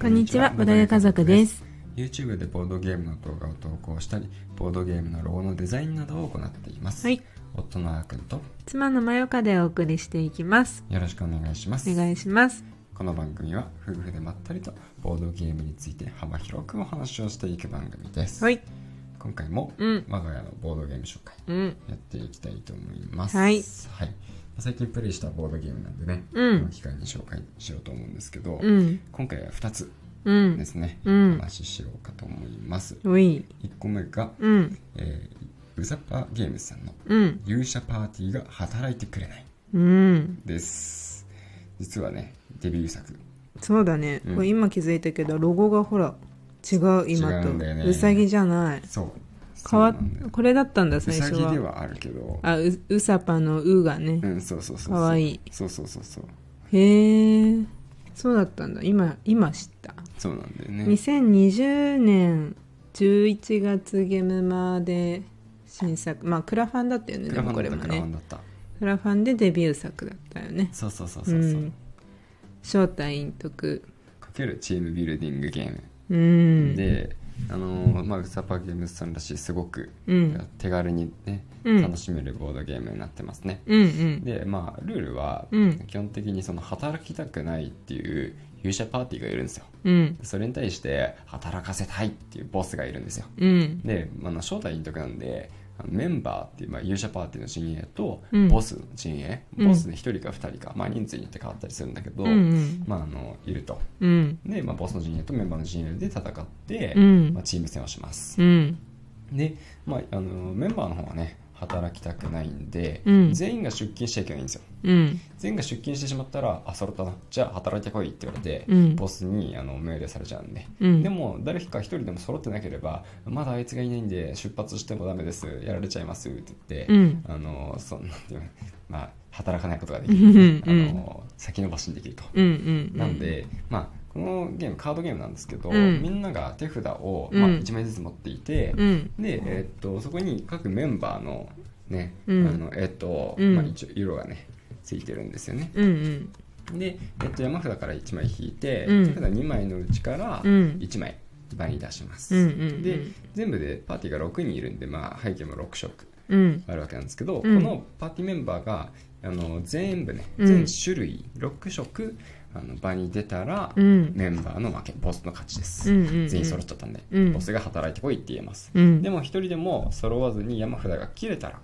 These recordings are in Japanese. こんにちは、ボドゲ家族です。。 YouTube でボードゲームの動画を投稿したり、ボードゲームのロゴのデザインなどを行っています。はい。夫のあーくんと妻のまよかでお送りしていきます。よろしくお願いします。お願いします。この番組は夫婦でまったりとボードゲームについて幅広くお話をしていく番組です。はい。今回も、うん我が家のボードゲーム紹介うん。やっていきたいと思います。はいはい最近プレイしたボードゲームなんでね、うんこの機会に紹介しようと思うんですけど、うん。今回は2つうでん。すね、うんお話ししようかと思います。うい。 1個目が、うん。えーウザパーゲームズさんのうん。勇者パーティーが働いてくれないうん。です。実はね、デビュー作。そうだね。うんこれ今気づいたけど、ロゴがほら、違う、今と。違うんだよねうさぎじゃない。そう。変わそうなんだよこれだったんだ、う最さ初ぎでは。はあるけど、あ、う、うさぱのうがねう。ん、そうそうそうそう。かわいいそうそうそうそう。へえ。そうだったんだ。今、今知った。そうなんだよね。 2020年11月ゲームマーで新作まあクラファンだったよねクでラフもこれァンだった、クラファもねンだった。クラファンでデビュー作だったよね。そうそうそうそうそううん正体隠匿かけるチームビルディングゲーム。うんで、あのーまあ、ウサパーゲームズさんらしい、すごくうん手軽にね、うん楽しめるボードゲームになってますね。うんうんでまあルールはうん基本的にその働きたくないっていう勇者パーティーがいるんですようんそれに対して働かせたいっていうボスがいるんですようんで、まああの、正体隠匿なんであのメンバーっていう、まあ、勇者パーティーの陣営とうんボスの陣営、うんボスで1人か2人か、まあ、人数によって変わったりするんだけど、うんうんまあ、あのいるとうんで、まあ、ボスの陣営とメンバーの陣営で戦って、うんまあ、チーム戦をしますうんで、まあ、あのメンバーの方はね働きたくないんで、うん全員が出勤しちゃいけないんですようん全員が出勤してしまったら「あ揃ったなじゃあ働いてこい」って言われて、うんボスにあの命令されちゃうんで、うんでも誰か一人でも揃ってなければ「まだあいつがいないんで出発してもダメですやられちゃいます」って言って、うんあのそんなんていうのまあ働かないことができる、うんうんあの先延ばしにできると、うんうんなんで、まあこのゲームカードゲームなんですけど、うんみんなが手札を、まあ、うん1枚ずつ持っていて、うんで、えーっとそこに各メンバーのね、うんあのえーっと、うんまあ、一応色がねついてるんですよねうんうんで、えーっと山札から1枚引いて、うん手札2枚のうちからうん1枚場に出します、うんうんうんで全部でパーティーが6人いるんで、まあ、背景も6色うんあるわけなんですけど、うんこのパーティーメンバーがあの全部ねうん全種類6色あの場に出たら、うんメンバーの負けボスの勝ちです、うんうんうん全員揃っちゃったんで、うんボスが働いてこいって言えます、うんでも一人でも揃わずに山札が切れたら、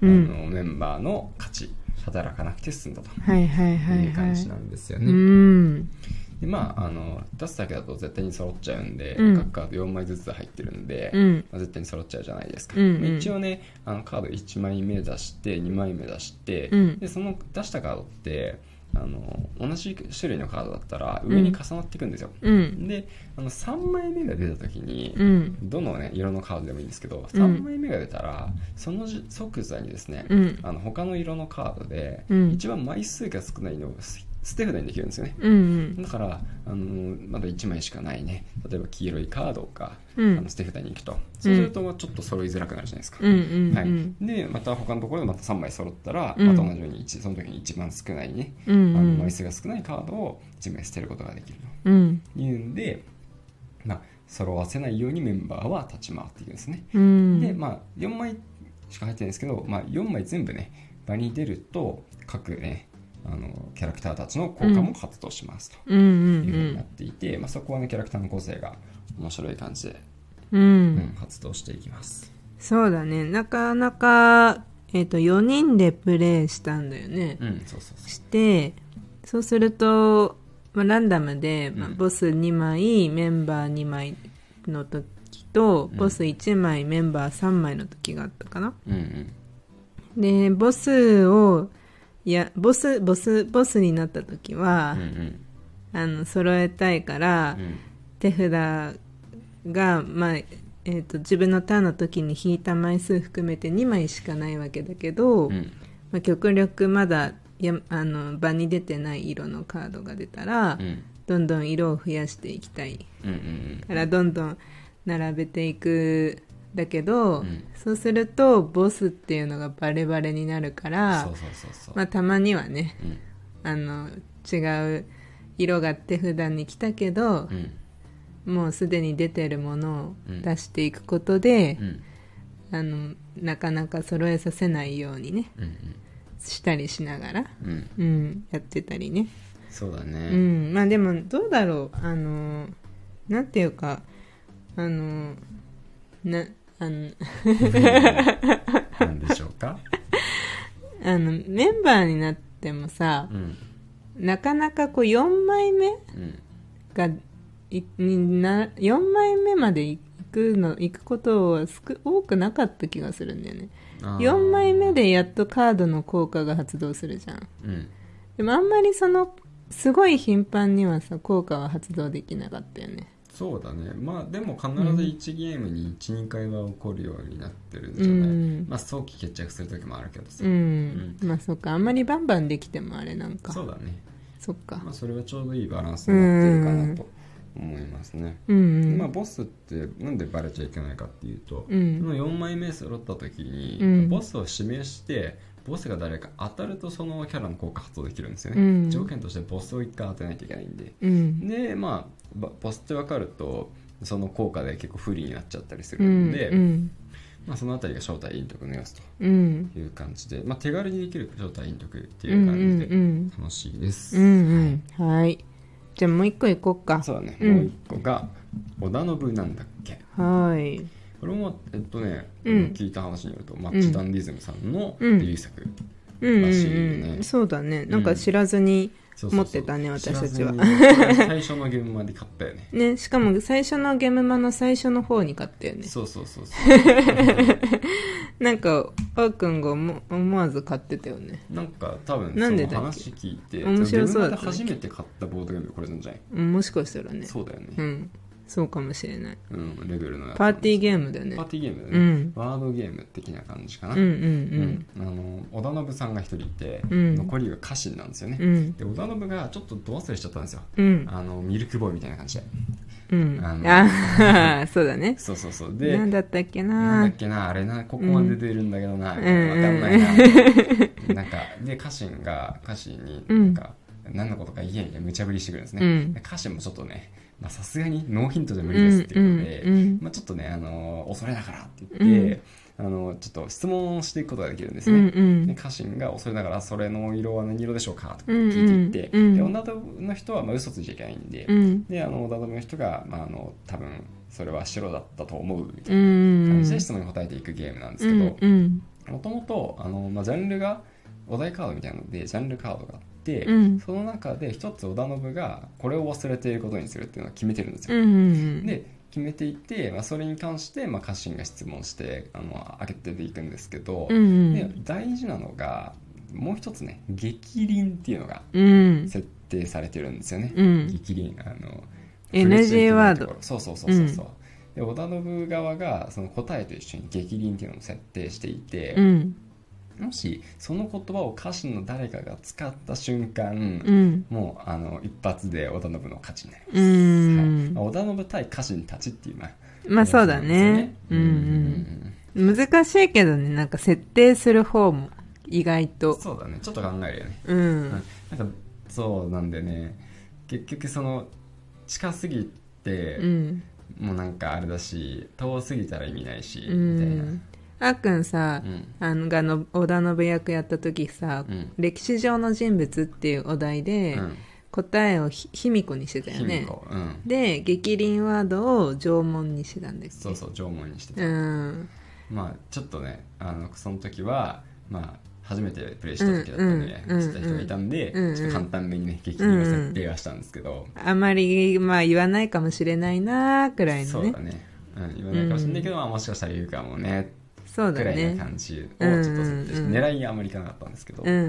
うんあのメンバーの勝ち働かなくて済んだとはいはいはいいうは感じないんですようね、んでまああの出すだけだと絶対に揃っちゃうんで、うん各カード4枚ずつ入ってるんで、うんまあ絶対に揃っちゃうじゃないですか、うんうんまあ一応ねあのカード1枚目出して2枚目出して、うんでその出したカードってあの同じ種類のカードだったら上に重なっていくんですよ、うんであの3枚目が出た時に、うんどの、ね、色のカードでもいいんですけどうん3枚目が出たら、そのじ即座にですね、うんあの他の色のカードで、うん一番枚数が少ないのを捨捨て札にできるんですよねうんうんだから、あのまだ1枚しかないね例えば黄色いカードか、うんあの捨て札に行くとそうするとまあちょっと揃いづらくなるじゃないですか、うんうんうんはい、でまた他のところでまた3枚揃ったら、うんまた同じように一その時に一番少ないね、うんうんあの枚数が少ないカードを1枚捨てることができるうんというんで、まあ、揃わせないようにメンバーは立ち回っていくんですね、うんでまあ4枚しか入ってないんですけど、まあ、4枚全部ね場に出ると各ねあのキャラクターたちの効果も発動しますと、うんいうふうになっうていて、まあ、そこはねキャラクターの個性が面白い感じで、んうん、う、うんん発動していきますそうだねなかなか、えっと4人でプレイしたんだよね、うんそうそうそしてそうすると、まあ、ランダムで、まあ、うんボス2枚メンバー2枚の時と、うんボス1枚メンバー3枚の時があったかなううんうんでボスをいやボスボスボスになった時はうん、うんあの揃えたいから、うん手札が、まあえー、と自分のターンの時に引いた枚数含めて2枚しかないわけだけうど、んまあ、極力まだやあの場に出てない色のカードが出たら、うんどんどん色を増やしていきたいうんうんからどんどん並べていくだけど、うんそうするとボスっていうのがバレバレになるからそうそうそうそう、まあ、たまにはねうんあの違う色が手札に来たけどう、んもうすでに出てるものうんを出していくことでう、んあのなかなか揃えさせないようにねうんしたりしながら、うんうんうん、やってたりね、そうだうねん、まあでもどうだろうあのなんていうかあのなあのなんでしょうかあのメンバーになってもさうんなかなかこう4枚目うんがいにな4枚目まで行くの行くことは少多くなかった気がするんだよねあー4枚目でやっとカードの効果が発動するじゃんうんでもあんまりそのすごい頻繁にはさ効果は発動できなかったよねそうだねまあでも必ず1ゲームに12回は起こるようになってるんじうゃない、ん、まあ早期決着する時もあるけどさ、うんまあそっかあんまりバンバンできてもあれなんかそうだねそっかまあそれはちょうどいいバランスになってるかなと思いますね、うんうんまあボスってなんでバレちゃいけないかっていうと、うんその4枚目揃った時に、うんボスを指名してボスが誰か当たるとそのキャラの効果発動できるんですよね、うん条件としてボスを1回当てなきゃいけないんでうんでまあばボスって分かるとその効果で結構不利になっちゃったりすうるんんで、うんまあ、その辺りが正体隠匿の様子うんという感じで、まあ、手軽にできる正体隠匿ってういうん感じうでん楽しいです、うんうんうんはいじゃあもう一個いこっかそうだね、うんもう一個が織田信なんだっけはいこれもえっとね、うん聞いた話によるとマッチダンディズムさんのデうんビュー作、うんうんらしいようねんそうだねなんか知らずにそうそうそう持ってたね私たちは知らずに最初の現場で買ったよねねしかも最初のゲームマの最初の方に買ったよ ねそうそうそうそうなんかあーくんが思思わず買ってたよねなんか多分なんでそのだっけ話聞いて面白そうだったでね初めて買ったボードゲームこれなんじゃない、うんもしかしたらねそうだよね、うんそうかもしれないうんレベルのやつパーティーゲームだよねパーティーゲームだね、うんワードゲーム的な感じかな、うんうんうんあの織田信さんが一人いて、うん残りが家臣なんですよね、うんうんで織田信がちょっとど忘れしちゃったんですようんあのミルクボーイみたいな感じでうんあのああそうだねそうそうそうでなんだったっけなんなだっけなあれなここまで出てるんだけどな、うんみたいなわかん ないななんかで家臣が家臣になんか、何のことか言えんや無茶ぶりしてくるんですね、うんで家臣もちょっとねまあさすがにノーヒントじゃう無ん理ですってういうのんで、うんまあ、ちょっとね、あの恐れながらって言って、あのちょっと質問をしていくことができるんですうんうね。でん家臣が恐れながら「それの色は何色でしょうか?」とか聞いていって、うんうんうんで女の人はまあ嘘ついちゃいけないんで、うんであの女の人が、まあ、あの多分それは白だったと思うみたういなん感じで質問に答えていくゲームなんですうんけうんどもともとあのまあジャンルがお題カードみたいなのでジャンルカードがあって、うんその中で一つ織田信がこれを忘れていることにするっていうのを決めてるんですよ。うんうんで決めていて、まあ、それに関して、まあ、家臣が質問してあの上げていくんですけど、うんうんで大事なのがもう一つね逆鱗っていうのがうん設定されてるんですよね、うん逆鱗あの触れちゃいけな NG ワードいところそうそうそうそうそう、で織田信側がその答えと一緒に逆鱗っていうのも設定していて、うんもしその言葉を家臣の誰かが使った瞬間、うんもうあの一発で織田信の勝ちになります、うはいんまあ、織田信対家臣たちっていうまあまあそうだねううんんうん難しいけどねなんか設定する方も意外とそうだねちょっと考えるよね、うんなんかそうなんでね結局その近すぎて、うんもうなんかあれだし遠すぎたら意味ないし、うんみたいなあっくんさ、うんあのがの織田信役やった時さ、うん歴史上の人物っていうお題で、うん答えをひ卑弥呼にしてたよ卑弥ね呼うんで逆鱗ワードを縄文にしてたんだっけそうそう縄文にしてた、うんまあちょっとねあのその時はまあ初めてプレイした時だったんで、ねうんうん知った人がいたんで、うんうんちょっと簡単めにね激に設定はしたんですけど、あまり、まあ、言わないかもしれないなーくらいそのうねだね、うん、言わないかもしれないけど、まあもしかしたら言うかもねそうぐだらいねな感じをちょっと設定して、うんうんうん狙いがあまりいかなかったんですけど、うんう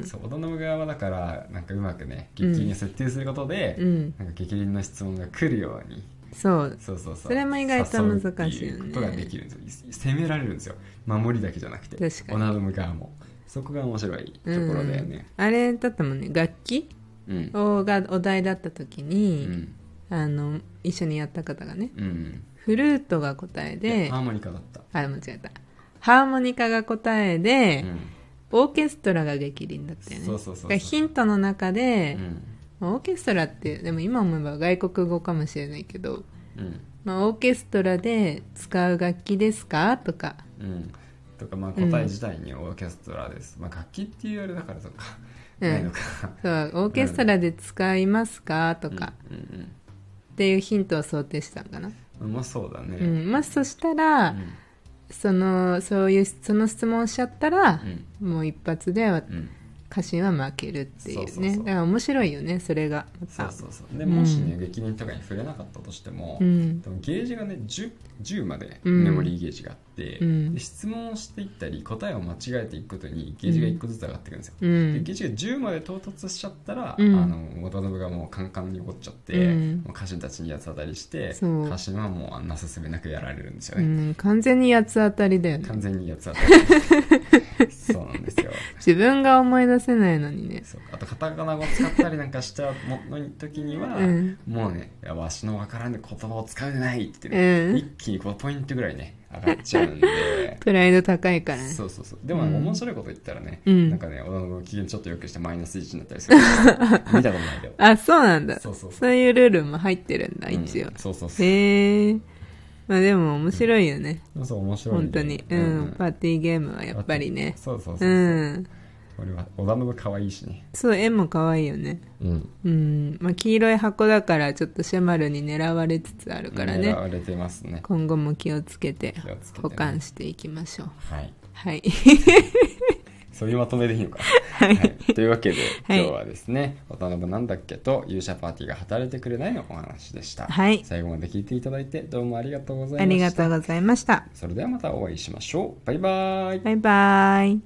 んそう織田信側はだからなんかうまくね激鱗を設定することで、うんうんなんか激鱗の質問が来るようにそうそうそうそうそれも意外と難しいよね誘うっていうことができるんですよ攻められるんですよ守りだけじゃなくて織確かに田信側もそこが面白いところだよねうん、あれだったもんね楽器うんをがお題だった時うに、んあの一緒にやった方がねうんフルートが答えででハーモニカだったあ、間違えた。ハーモニカが答えで、うんオーケストラが激鱗だったよね。そうそうそうそうだからヒントの中で、うんまあオーケストラってでも今思えば外国語かもしれないけど、うんまあ、オーケストラで使う楽器ですかとかうん、とかまあ答え自体にオーケストラです、まあ楽器っていうあれだからとか、うんないのかそうオーケストラで使いますかとか、うんうんっていうヒントを想定したんかな、うんまあそうだね、うんまあ、そしたら、うんそのそういうその質問をしちゃったらう、んもう一発ではうん家臣は負けるっていうねそうそうそうだから面白いよねそれがまそたうそうそうでうんもしね、激励とかに触れなかったとしても、うんでもゲージがね 10, 10までうんメモリーゲージがあって、うんで質問をしていったり答えを間違えていくことにゲージが1個ずつ上がっていくんですよ、うでんゲージが10まで到達しちゃったら、うんあの元信がもうカンカンに怒っちゃって、うんもう家臣たちに八つ当たりしてそう家臣はもうあんな進めなくやられるんですようね、ん、完全に八つ当たりだよね完全に八つ当た りそうなんですよ自分が思い出せないのにねそうあとカタカナ語使ったりなんかしたものに時には、うんもうねいやわしのわからぬ言葉を使うでないってうね、一ん気に5ポイントぐらいね上がっちゃうん でプライド高いからねそうそうそうでも、うん面白いこと言ったらね、うんなんかね俺の機嫌ちょっと良くしてマイナス1になったりす る見たことないけどあそうなんだそうそうそういうルールも入ってるんだ一応、うんそうそうそうへえまあでも面白いよね、そう面白い本んで当にうん、パーティーゲームはやっぱりねそうそうそうそう、うん俺は織田信可愛いしねそう絵も可愛いよねうんうんまあ黄色い箱だからちょっとシェマルに狙われつつあるからね狙われてますね今後も気をつけて気をつけてね保管していきましょうはいはいそういうまとめでいいのか。はい、というわけで、はい今日はですね、渡辺なんだっけと勇者パーティーが働いてくれないのお話でした。はい最後まで聞いていただいて、どうもありがとうございました。 ありがとうございましたそれではまたお会いしましょう。バイバイ。バイバイ